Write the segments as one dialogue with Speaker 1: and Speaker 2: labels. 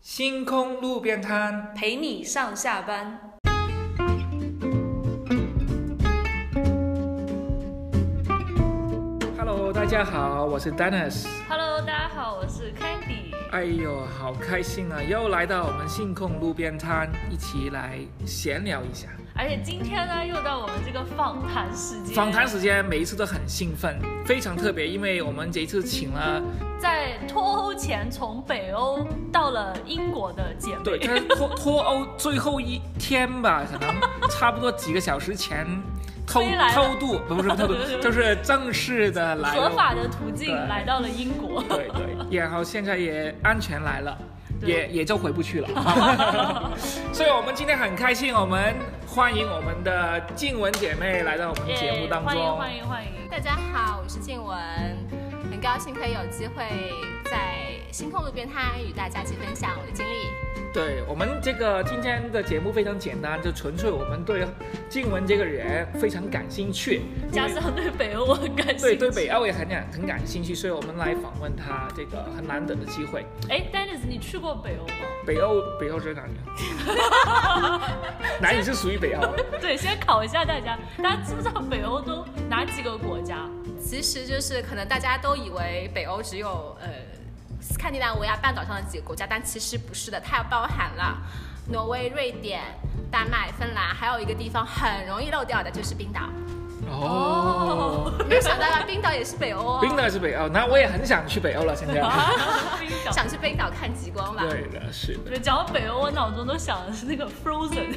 Speaker 1: 星空路边摊，
Speaker 2: 陪你上下班。
Speaker 1: Hello，大家好，我是 Dennis。
Speaker 2: Hello，大家好，我是 Candy。
Speaker 1: 哎呦，好开心啊！又来到我们星空路边摊，一起来闲聊一下。
Speaker 2: 而且今天呢，又到我们这个访谈时间。
Speaker 1: 访谈时间每一次都很兴奋，非常特别，因为我们这一次请了，
Speaker 2: 在脱欧前从北欧到了英国的姐妹。
Speaker 1: 对，就是脱脱欧最后一天吧，可能差不多几个小时前 偷
Speaker 2: 飞来了
Speaker 1: 偷渡，不是偷渡，就是正式的来
Speaker 2: 合法
Speaker 1: 了
Speaker 2: 的途径
Speaker 1: 对
Speaker 2: 来到了英国。
Speaker 1: 对对，然后现在也安全来了，
Speaker 2: 对
Speaker 1: 也也就回不去 了。所以我们今天很开心，我们欢迎我们的静雯姐妹来到我们
Speaker 2: 耶
Speaker 1: 节目当
Speaker 2: 欢迎
Speaker 1: 中。
Speaker 2: 欢迎欢迎！
Speaker 3: 大家好，我是静雯，很高兴可以有机会在星空路边摊与大家一起分享我的经历。
Speaker 1: 对我们这个今天的节目非常简单，就纯粹我们对静雯这个人非常感兴趣，因
Speaker 2: 加
Speaker 1: 为
Speaker 2: 上对北欧我很感兴趣。
Speaker 1: 对对北欧也很感很感兴趣，所以我们来访问她这个很难得的机会。
Speaker 2: 哎，Dennis，你去过北欧吗？
Speaker 1: 北欧北欧是哪里？啊 哪里是属于北欧？啊
Speaker 2: 对，先考一下大家，大家知不知道北欧都哪几个国家？
Speaker 3: 其实就是可能大家都以为北欧只有呃斯堪的纳维亚半岛上的几个国家，但其实不是的，它包含了挪威、瑞典、丹麦、芬兰，还有一个地方很容易漏掉的就是冰岛。
Speaker 1: 哦。
Speaker 3: 没有想到吧，冰岛也是北欧哦。
Speaker 1: 冰岛是北欧，那我也很想去北欧了。现在，
Speaker 2: 冰 岛。
Speaker 3: 想去冰岛看极光吧？
Speaker 1: 对的，是的，
Speaker 2: 对，讲到北欧，我脑中都想的是那个 Frozen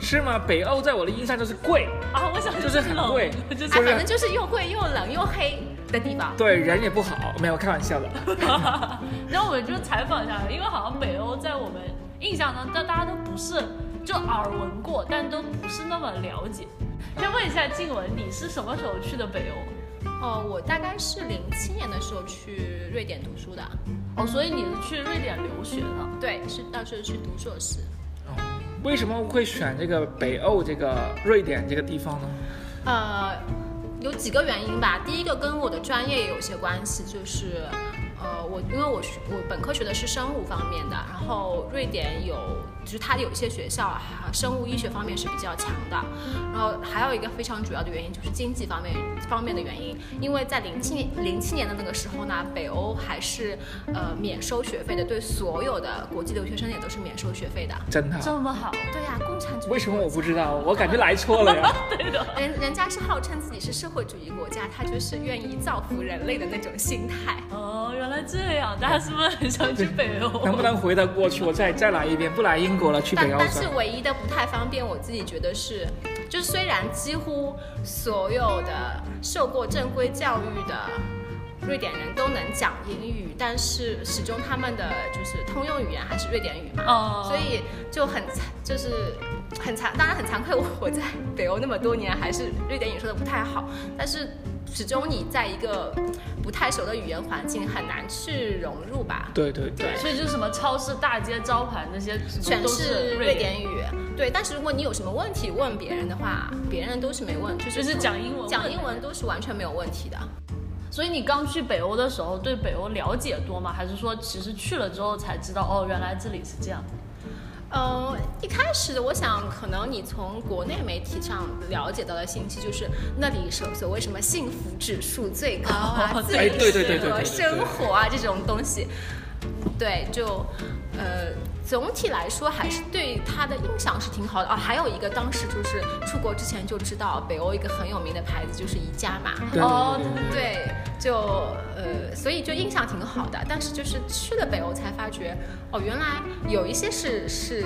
Speaker 1: 是吗？北欧在我的印象就是贵，
Speaker 2: 啊，我想的
Speaker 1: 就是很
Speaker 2: 冷
Speaker 1: 贵
Speaker 2: 就是
Speaker 3: 哎，
Speaker 1: 不是
Speaker 3: 反正就是又贵又冷又黑的地方。
Speaker 1: 对人也不好，没有开玩笑的。
Speaker 2: 啊然后我就采访一下，因为好像北欧在我们印象当中，大家都不是就耳闻过，但都不是那么了解。先问一下静雯，你是什么时候去的北欧？
Speaker 3: 哦，我大概是零七年的时候去瑞典读书的，
Speaker 2: 哦，所以你是去瑞典留学的。
Speaker 3: 对，是当时去读硕士。
Speaker 1: 哦为什么会选这个北欧这个瑞典这个地方呢？
Speaker 3: 呃，有几个原因吧。第一个跟我的专业也有些关系，就是呃，我因为我学我本科学的是生物方面的，然后瑞典有就是它有一些学校啊，生物医学方面是比较强的。然后还有一个非常主要的原因就是经济方面方面的原因，因为在零七年零七年的那个时候呢，北欧还是呃免收学费的，对所有的国际留学生也都是免收学费的。
Speaker 1: 真的？啊
Speaker 2: 这么好，
Speaker 3: 对呀、共产主义。
Speaker 1: 为什么我不知道？我感觉来错了呀。
Speaker 3: 人人家是号称自己是社会主义国家，他就是愿意造福人类的那种心态。
Speaker 2: 哦，原来这样，大家是不是很想去北欧？
Speaker 1: 能不能回到过去？我再再来一遍，不来英国了，去
Speaker 3: 但
Speaker 1: 北欧
Speaker 3: 但是
Speaker 1: 算了。
Speaker 3: 唯一的不太方便，我自己觉得是，就是虽然几乎所有的受过正规教育的瑞典人都能讲英语，但是始终他们的就是通用语言还是瑞典语嘛，
Speaker 2: 哦，
Speaker 3: 所以就很惭就是很惭，当然很惭愧，我我在北欧那么多年，还是瑞典语说的不太好，但是始终你在一个不太熟的语言环境，很难去融入吧。
Speaker 1: 对对对，
Speaker 2: 所以就是什么超市、大街招牌那些，
Speaker 3: 全
Speaker 2: 都
Speaker 3: 是
Speaker 2: 瑞
Speaker 3: 瑞典语，对。但是如果你有什么问题问别人的话，别人都是没问，就是
Speaker 2: 就是讲英文
Speaker 3: 讲
Speaker 2: 问
Speaker 3: 英文都是完全没有问题的。
Speaker 2: 所以你刚去北欧的时候，对北欧了解多吗？还是说其实去了之后才知道，哦，原来这里是这样？
Speaker 3: 呃，一开始我想，可能你从国内媒体上了解到的信息就是那里所所谓什么幸福指数最高啊
Speaker 2: 哦，
Speaker 3: 自
Speaker 2: 哎
Speaker 3: 己
Speaker 1: 对对对对对对
Speaker 3: 生活啊这种东西，对，就呃。总体来说，还是对它的印象是挺好的啊。还有一个，当时就是出国之前就知道北欧一个很有名的牌子就是宜家嘛，
Speaker 1: 对
Speaker 2: 哦
Speaker 1: 对对对
Speaker 3: 对，就呃，所以就印象挺好的。但是就是去了北欧才发觉，哦，原来有一些是是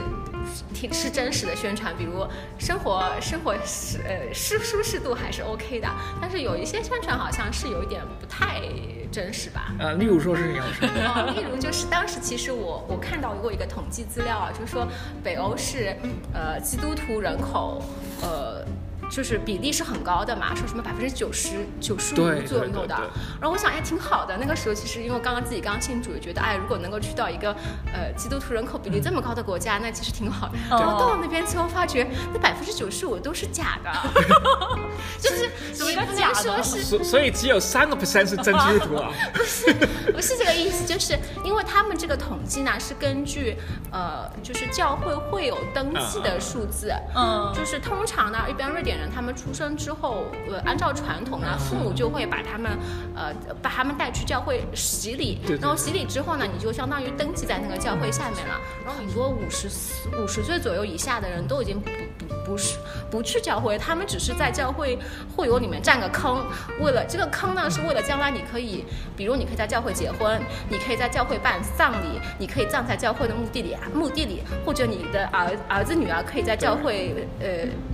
Speaker 3: 挺是真实的宣传，比如生活生活是呃舒舒适度还是 OK 的，但是有一些宣传好像是有一点不太真实吧。
Speaker 1: 呃，例如说是有什么？
Speaker 3: 哦，例如就是当时其实我我看到过一个统计资料啊，就是说北欧是呃基督徒人口呃就是比例是很高的嘛，说什么百分之九十九十
Speaker 1: 对
Speaker 3: 五
Speaker 1: 对
Speaker 3: 左右
Speaker 1: 对
Speaker 3: 的
Speaker 1: 对。
Speaker 3: 然后我想，哎，挺好的。那个时候其实因为我刚刚自己刚信主，也觉得哎，如果能够去到一个呃基督徒人口比例这么高的国家，那其实挺好的。
Speaker 2: 哦
Speaker 3: 然后到了那边之后，发觉那百分之九十五都是假 的， 就是
Speaker 2: 什么叫
Speaker 3: 可能
Speaker 2: 假的
Speaker 3: 说是
Speaker 1: 所所以只有三个 percent 是真基督徒 啊，
Speaker 3: 不是这个意思，就是因为他们这个统计呢是根据呃，就是教会会有登记的数字。
Speaker 2: 嗯，
Speaker 3: 就是通常呢，一般瑞典人他们出生之后，呃，按照传统呢，父母就会把他们，呃，把他们带去教会洗礼
Speaker 1: 对对，
Speaker 3: 然后洗礼之后呢，你就相当于登记在那个教会下面了。然后很多五十五十岁左右以下的人都已经不不不是不去教会，他们只是在教会会友里面占个坑，为了这个坑呢，是为了将来你可以，比如你可以在教会结婚，你可以在教会办丧礼，你可以葬在教会的墓地里，墓地里，或者你的儿儿子女儿可以在教会，呃，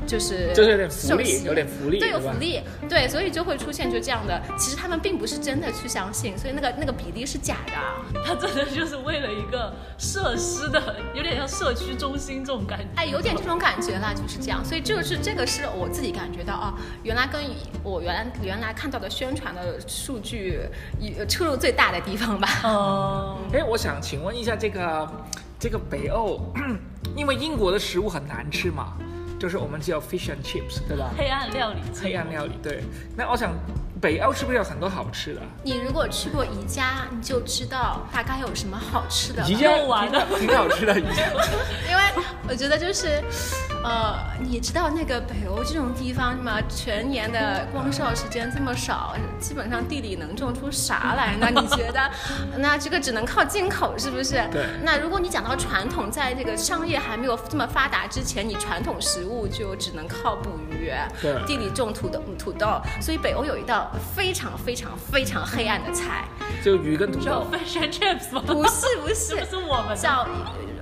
Speaker 3: 就是
Speaker 1: 就是有点福
Speaker 3: 受
Speaker 1: 利，
Speaker 3: 洗
Speaker 1: 有点福利，
Speaker 3: 对，有
Speaker 1: 吧
Speaker 3: 福？利，对，所以就会出现就这样的。其实他们并不是真的去相信，所以那个那个比例是假的。
Speaker 2: 他真的就是为了一个设施的，有点像社区中心这种感觉。
Speaker 3: 哎，有点这种感觉啦，就是这样。所以就是这个是我自己感觉到啊，原来跟我原来原来看到的宣传的数据有出入最大的地方吧。
Speaker 2: 哦，
Speaker 1: 哎，我想请问一下这个这个北欧， 因为英国的食物很难吃嘛，就是我们叫 fish and chips，对吧？
Speaker 2: 黑暗料理节目，
Speaker 1: 黑暗料理，对。那我想北欧是不是有很多好吃的？
Speaker 3: 你如果去过宜家，你就知道大概有什么好吃的了。
Speaker 1: 宜家
Speaker 2: 肉丸
Speaker 1: 挺好挺好吃的，宜家。
Speaker 3: 因为我觉得就是，呃，你知道那个北欧这种地方嘛，全年的
Speaker 1: 嗯
Speaker 3: 光照时间这么少，基本上地里能种出啥来呢？你觉 得？那这个只能靠进口，是不是？
Speaker 1: 对
Speaker 3: 那如果你讲到传统，在这个商业还没有这么发达之前，你传统食物就只能靠捕鱼
Speaker 1: 对，
Speaker 3: 地里种土豆，土豆。所以北欧有一道非常非常非常黑暗的 菜，
Speaker 1: 就鱼跟土
Speaker 2: 叫
Speaker 1: 豆。
Speaker 2: fish and chips 吗？
Speaker 3: 不是不
Speaker 2: 是
Speaker 3: 是
Speaker 2: 不。是我们的？
Speaker 3: 叫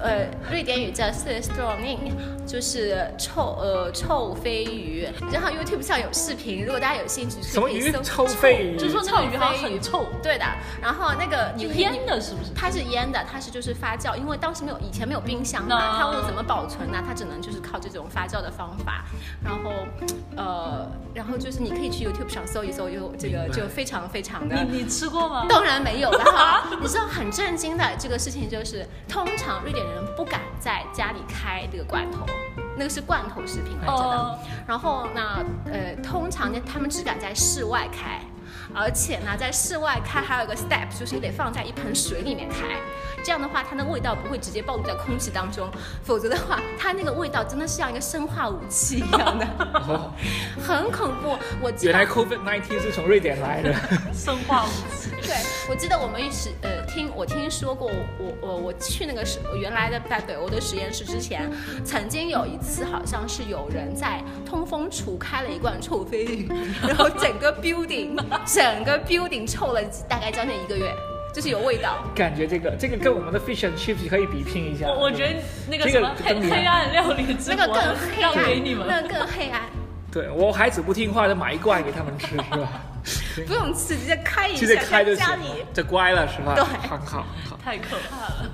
Speaker 3: 呃瑞典语叫 s i s t r o n i n 就是臭呃臭飞鱼。然后 YouTube 上有视频，如果大家有兴趣，
Speaker 1: 什么
Speaker 3: 可以
Speaker 1: 鱼
Speaker 3: 搜
Speaker 1: 臭鲱鱼
Speaker 2: 就说那个鱼好像很臭，
Speaker 3: 对的，然后那个你
Speaker 2: 你
Speaker 3: 可以
Speaker 2: 腌的是不是？
Speaker 3: 它是腌的，它是就是发酵，因为当时没有以前没有冰箱
Speaker 2: 那
Speaker 3: 嘛，它问怎么保存呢？它只能就是靠这种发酵的方法。然后，呃，然后就是你可以去 YouTube 上搜一搜，有这个
Speaker 1: 明白
Speaker 3: 就非常非常的
Speaker 2: 你你吃过吗？
Speaker 3: 当然没有了哈。你知道很震惊的这个事情就是，通常瑞典人不敢在家里开这个罐头，那个是罐头食品来着的。
Speaker 2: 哦，
Speaker 3: 然后呢，呃，通常呢，他们只敢在室外开，而且呢，在室外开还有一个 step，就是你得放在一盆水里面开，这样的话，它的味道不会直接暴露在空气当中，否则的话，它那个味道真的是像一个生化武器一样的，
Speaker 1: 哦，
Speaker 3: 很恐怖。我记
Speaker 1: 原
Speaker 3: 得
Speaker 1: 来 COVID 1 9是从瑞典来的。
Speaker 2: 生化武器。
Speaker 3: 对，我记得我们一时呃听我听说过，我我我去那个实我原来的在北欧的实验室之前，曾经有一次好像是有人在通风处开了一罐臭鲱鱼，然后整个 building 整个 building 臭了大概将近一个月，就是有味道。
Speaker 1: 感觉这个这个跟我们的 fish and chips 可以比拼一下。
Speaker 2: 我我觉
Speaker 1: 得
Speaker 2: 得那个
Speaker 1: 这
Speaker 2: 什
Speaker 1: 个
Speaker 2: 么黑
Speaker 1: 真厉害
Speaker 2: 黑暗料理之
Speaker 3: 那
Speaker 2: 国
Speaker 3: 个更黑
Speaker 2: 让给
Speaker 3: 暗，
Speaker 2: 你
Speaker 3: 那
Speaker 2: 们，
Speaker 3: 个更黑暗，
Speaker 1: 对我孩子不听话就买一罐给他们吃，是 吧？
Speaker 3: 不用吃，直接开一
Speaker 1: 直接
Speaker 3: 下，
Speaker 1: 开就
Speaker 3: 在
Speaker 1: 行
Speaker 3: 家
Speaker 1: 了
Speaker 3: 里。，
Speaker 1: 就乖了是吧？
Speaker 3: 对
Speaker 1: 很好很好。
Speaker 2: 太可怕了。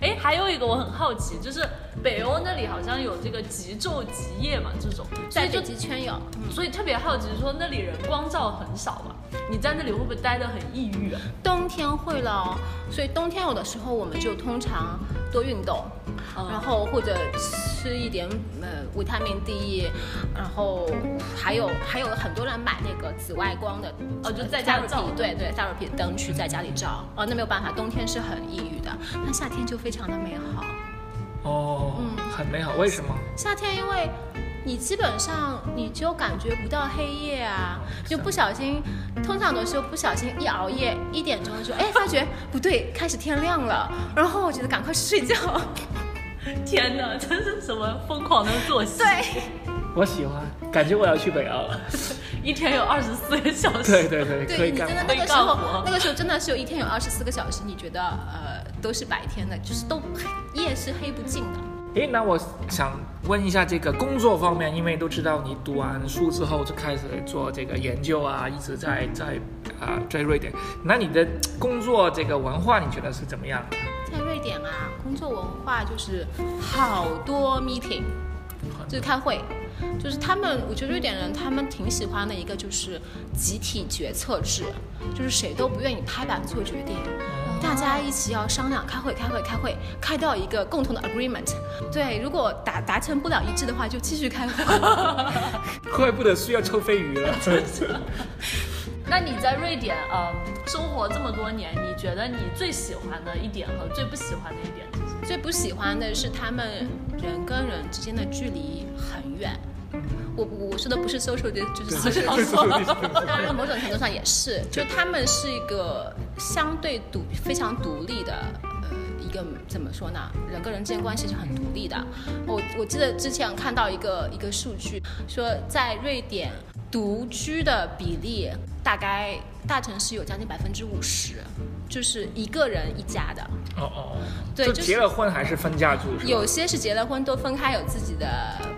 Speaker 2: 哎，还有一个我很好奇，就是北欧那里好像有这个极昼极夜嘛，这种，所
Speaker 3: 在
Speaker 2: 以就
Speaker 3: 北极圈有，嗯
Speaker 2: 所以特别好奇说那里人光照很少嘛，你在那里会不会待得很抑郁啊？
Speaker 3: 冬天会了，所以冬天有的时候我们就通常多运动，
Speaker 2: 嗯
Speaker 3: 然后或者吃一点呃维他命 D，然后还有还有很多人买那个紫外光的，
Speaker 2: 哦就在家里照嗯
Speaker 3: therapy，对对，therapy 灯去在家里照，哦那没有办法，冬天是很抑郁的，但夏天就非常的美好。
Speaker 1: 哦，
Speaker 3: 嗯
Speaker 1: 很美好。为什么？
Speaker 3: 夏天因为你基本上你就感觉不到黑夜啊，就不小心，通常的时候不小心一熬夜一点钟就哎发觉不对，开始天亮了，然后我觉得赶快睡 觉。
Speaker 2: 天哪，这是什么疯狂的作息？
Speaker 3: 对，
Speaker 1: 我喜欢，感觉我要去北欧 了。
Speaker 2: 一天有二十四个小时。
Speaker 1: 对对对，可
Speaker 3: 对
Speaker 1: 以
Speaker 3: 你
Speaker 1: 干
Speaker 3: 真的
Speaker 1: 嘛？
Speaker 3: 那个时候
Speaker 2: 可以干活
Speaker 3: 那个时候真的是有一天有二十四个小时，你觉得呃都是白天的，就是都夜是黑不尽的。
Speaker 1: 诶，那我想问一下这个工作方面，因为都知道你读完书之后就开始做这个研究啊，一直在在啊、在瑞典。那你的工作这个文化，你觉得是怎么样？
Speaker 3: 在瑞典啊，工作文化就是好多 meeting，就是开会，就是他们，我觉得瑞典人他们挺喜欢的一个就是集体决策制，就是谁都不愿意拍板做决定，
Speaker 1: 哦
Speaker 3: 大家一起要商量，开会，开会，开会，开到一个共同的 agreement。对，如果达达成不了一致的话，就继续开会。
Speaker 1: 怪不得需要臭鲱鱼了。
Speaker 2: 那你在瑞典呃生活这么多年，你觉得你最喜欢的一点和最不喜欢的一点是什么？
Speaker 3: 最不喜欢的是他们人跟人之间的距离很远。我我我说的不是 social 的，就是 social 当然，某种程度上也是，就他们是一个相对独非常独立的，呃，一个怎么说呢？人跟人之间关系是很独立的。我我记得之前看到一个一个数据，说在瑞典独居的比例大概大城市有将近百分之五十，就是一个人一家的。
Speaker 1: 哦哦，
Speaker 3: 对
Speaker 1: 就
Speaker 3: 就是
Speaker 1: 结了婚还是分家住是吧？
Speaker 3: 有些是结了婚都分开有自己的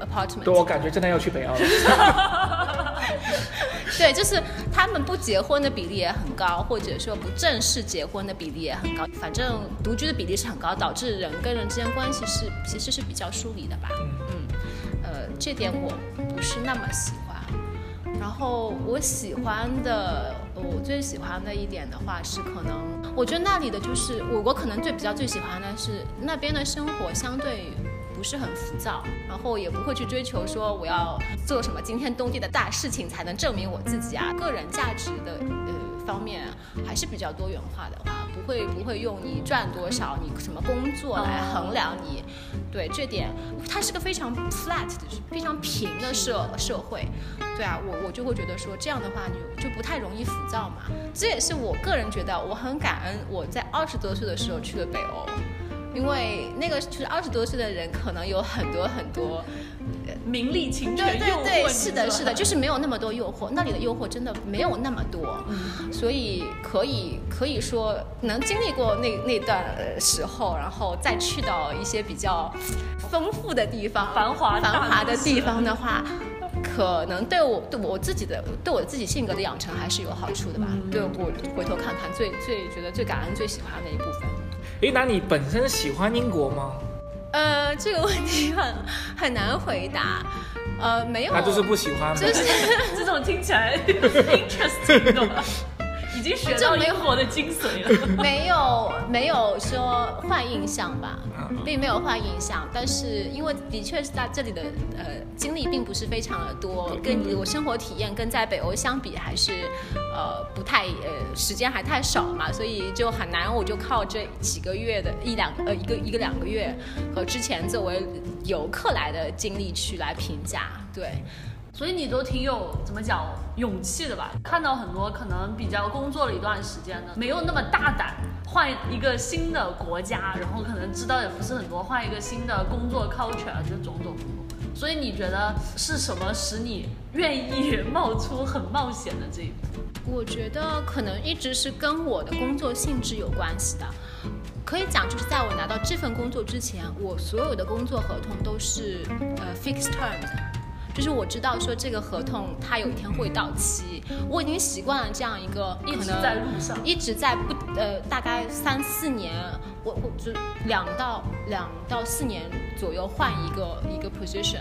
Speaker 3: apartment，
Speaker 1: 对，我感觉真的要去北澳了。
Speaker 3: 对，就是他们不结婚的比例也很高，或者说不正式结婚的比例也很高。反正独居的比例是很高，导致人跟人之间关系是其实是比较疏离的吧。嗯，呃，这点我不是那么喜欢。然后我喜欢的，我最喜欢的一点的话是，可能我觉得那里的就是我我可能最比较最喜欢的是那边的生活相对不是很浮躁，然后也不会去追求说我要做什么惊天动地的大事情才能证明我自己啊，个人价值的呃方面还是比较多元化的话，不会不会用你赚多少、你什么工作来衡量你，对这点，它是个非常 flat 的、非常平的社社会，对啊，我我就会觉得说这样的话你就不太容易浮躁嘛，这也是我个人觉得我很感恩我在二十多岁的时候去了北欧。因为那个就是二十多岁的人，可能有很多很多，
Speaker 2: 名利情
Speaker 3: 对
Speaker 2: 权诱惑
Speaker 3: 对对，
Speaker 2: 啊你
Speaker 3: 是的，
Speaker 2: 吧
Speaker 3: 是的，就是没有那么多诱惑，那里的诱惑真的没有那么多，所以可以可以说能经历过那那段呃时候，然后再去到一些比较丰富的地方、
Speaker 2: 繁华大
Speaker 3: 繁华的
Speaker 2: 都市
Speaker 3: 地方的话。可能对我对我自己的对我自己性格的养成还是有好处的吧。对我回头看看，最最觉得最感恩、最喜欢的一部分。
Speaker 1: 诶，那你本身喜欢英国吗？
Speaker 3: 呃，这个问题很很难回答。呃，没有，
Speaker 1: 那就是不喜欢呗。
Speaker 3: 就是
Speaker 2: 这种听起来 interesting 的，已经学到
Speaker 3: 就没
Speaker 2: 英
Speaker 3: 有
Speaker 2: 国的精髓了。
Speaker 3: 没有没有说坏印象吧
Speaker 1: 嗯，
Speaker 3: 并没有坏印象。但是因为的确是在这里的呃经历并不是非常的多，跟我生活体验跟在北欧相比还是呃不太呃时间还太少嘛，所以就很难。我就靠这几个月的一两呃一个一个两个月和之前作为游客来的经历去来评价，对。
Speaker 2: 所以你都挺有怎么讲勇气的吧？看到很多可能比较工作了一段时间的，没有那么大胆换一个新的国家，然后可能知道也不是很多，换一个新的工作 culture 啊就种种。所以你觉得是什么使你愿意冒出很冒险的这一步？
Speaker 3: 我觉得可能一直是跟我的工作性质有关系的。可以讲，就是在我拿到这份工作之前，我所有的工作合同都是呃 fixed term 的，就是我知道说这个合同它有一天会到期，我已经习惯了这样一个
Speaker 2: 一直
Speaker 3: 可能
Speaker 2: 在路上
Speaker 3: 一直在不呃大概三四年，我我就两到两到四年左右换一个一个 position，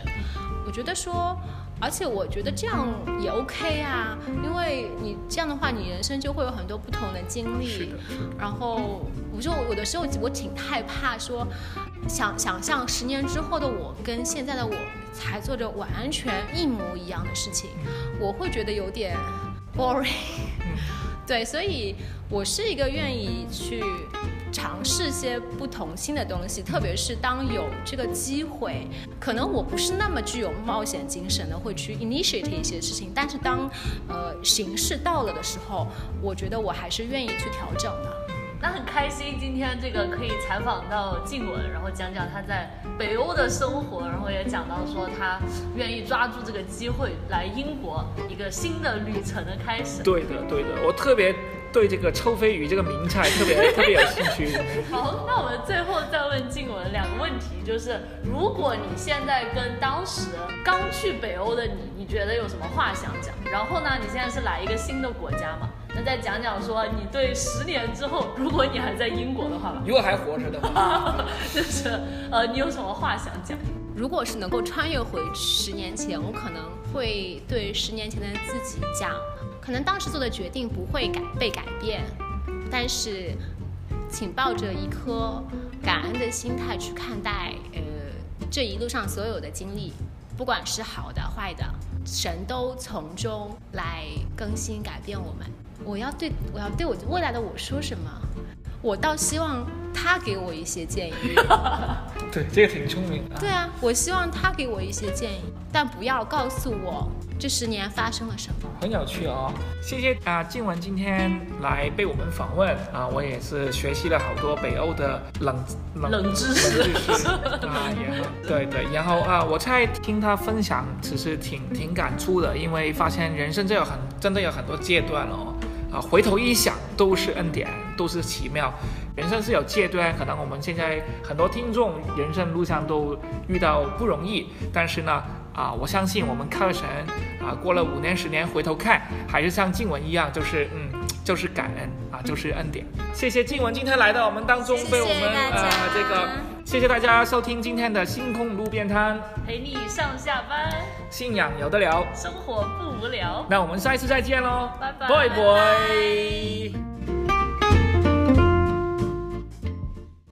Speaker 3: 我觉得说。而且我觉得这样
Speaker 1: 嗯
Speaker 3: 也 OK 啊，因为你这样的话，你人生就会有很多不同的经历。
Speaker 1: 是的
Speaker 3: 然后我就有的时候我挺害怕说，想想象十年之后的我跟现在的我才做着完全一模一样的事情，我会觉得有点 boring。对，所以我是一个愿意去尝试一些不同新的东西，特别是当有这个机会，可能我不是那么具有冒险精神的，会去 initiate 一些事情，但是当呃形势到了的时候，我觉得我还是愿意去调整的。
Speaker 2: 那很开心，今天这个可以采访到静雯，然后讲讲她在北欧的生活，然后也讲到说她愿意抓住这个机会来英国一个新的旅程的开始。
Speaker 1: 对的，对的，我特别对这个臭鲱鱼这个名菜特别特别有兴趣。
Speaker 2: 好，那我们最后再问静雯两个问题，就是如果你现在跟当时刚去北欧的你，你觉得有什么话想讲？然后呢，你现在是来一个新的国家嘛？那再讲讲说你对十年之后，如果你还在英国的话吧，
Speaker 1: 如果还活着的话，
Speaker 2: 就是呃，你有什么话想讲？
Speaker 3: 如果是能够穿越回十年前，我可能会对十年前的自己讲，可能当时做的决定不会改被改变，但是，请抱着一颗感恩的心态去看待，呃，这一路上所有的经历，不管是好的坏的，神都从中来更新改变我们。我要对我要对我未来的我说什么？我倒希望他给我一些建议。
Speaker 1: 对，这个挺聪明的。
Speaker 3: 对啊，我希望他给我一些建议，但不要告诉我这十年发生了什么。
Speaker 1: 很有趣哦，谢谢啊，静雯今天来被我们访问啊，我也是学习了好多北欧的冷
Speaker 2: 冷知识
Speaker 1: 冷知识啊，然后对对，然后啊，我在听他分享，其实挺挺感触的，因为发现人生真有很真的有很多阶段哦， 啊，回头一想都是恩典，都是奇妙。人生是有阶段，可能我们现在很多听众人生路上都遇到不容易，但是呢，啊，我相信我们靠神啊，过了五年十年回头看，还是像静雯一样，就是嗯，就是感恩啊，就是恩典。谢谢静雯今天来到我们当中，被我们
Speaker 3: 谢谢大家
Speaker 1: 呃这个，谢谢大家收听今天的星空路边摊，
Speaker 2: 陪你上下班，
Speaker 1: 信仰有的聊，
Speaker 2: 生活不无聊。
Speaker 1: 那我们下一次再见喽，
Speaker 2: 拜拜
Speaker 1: 拜拜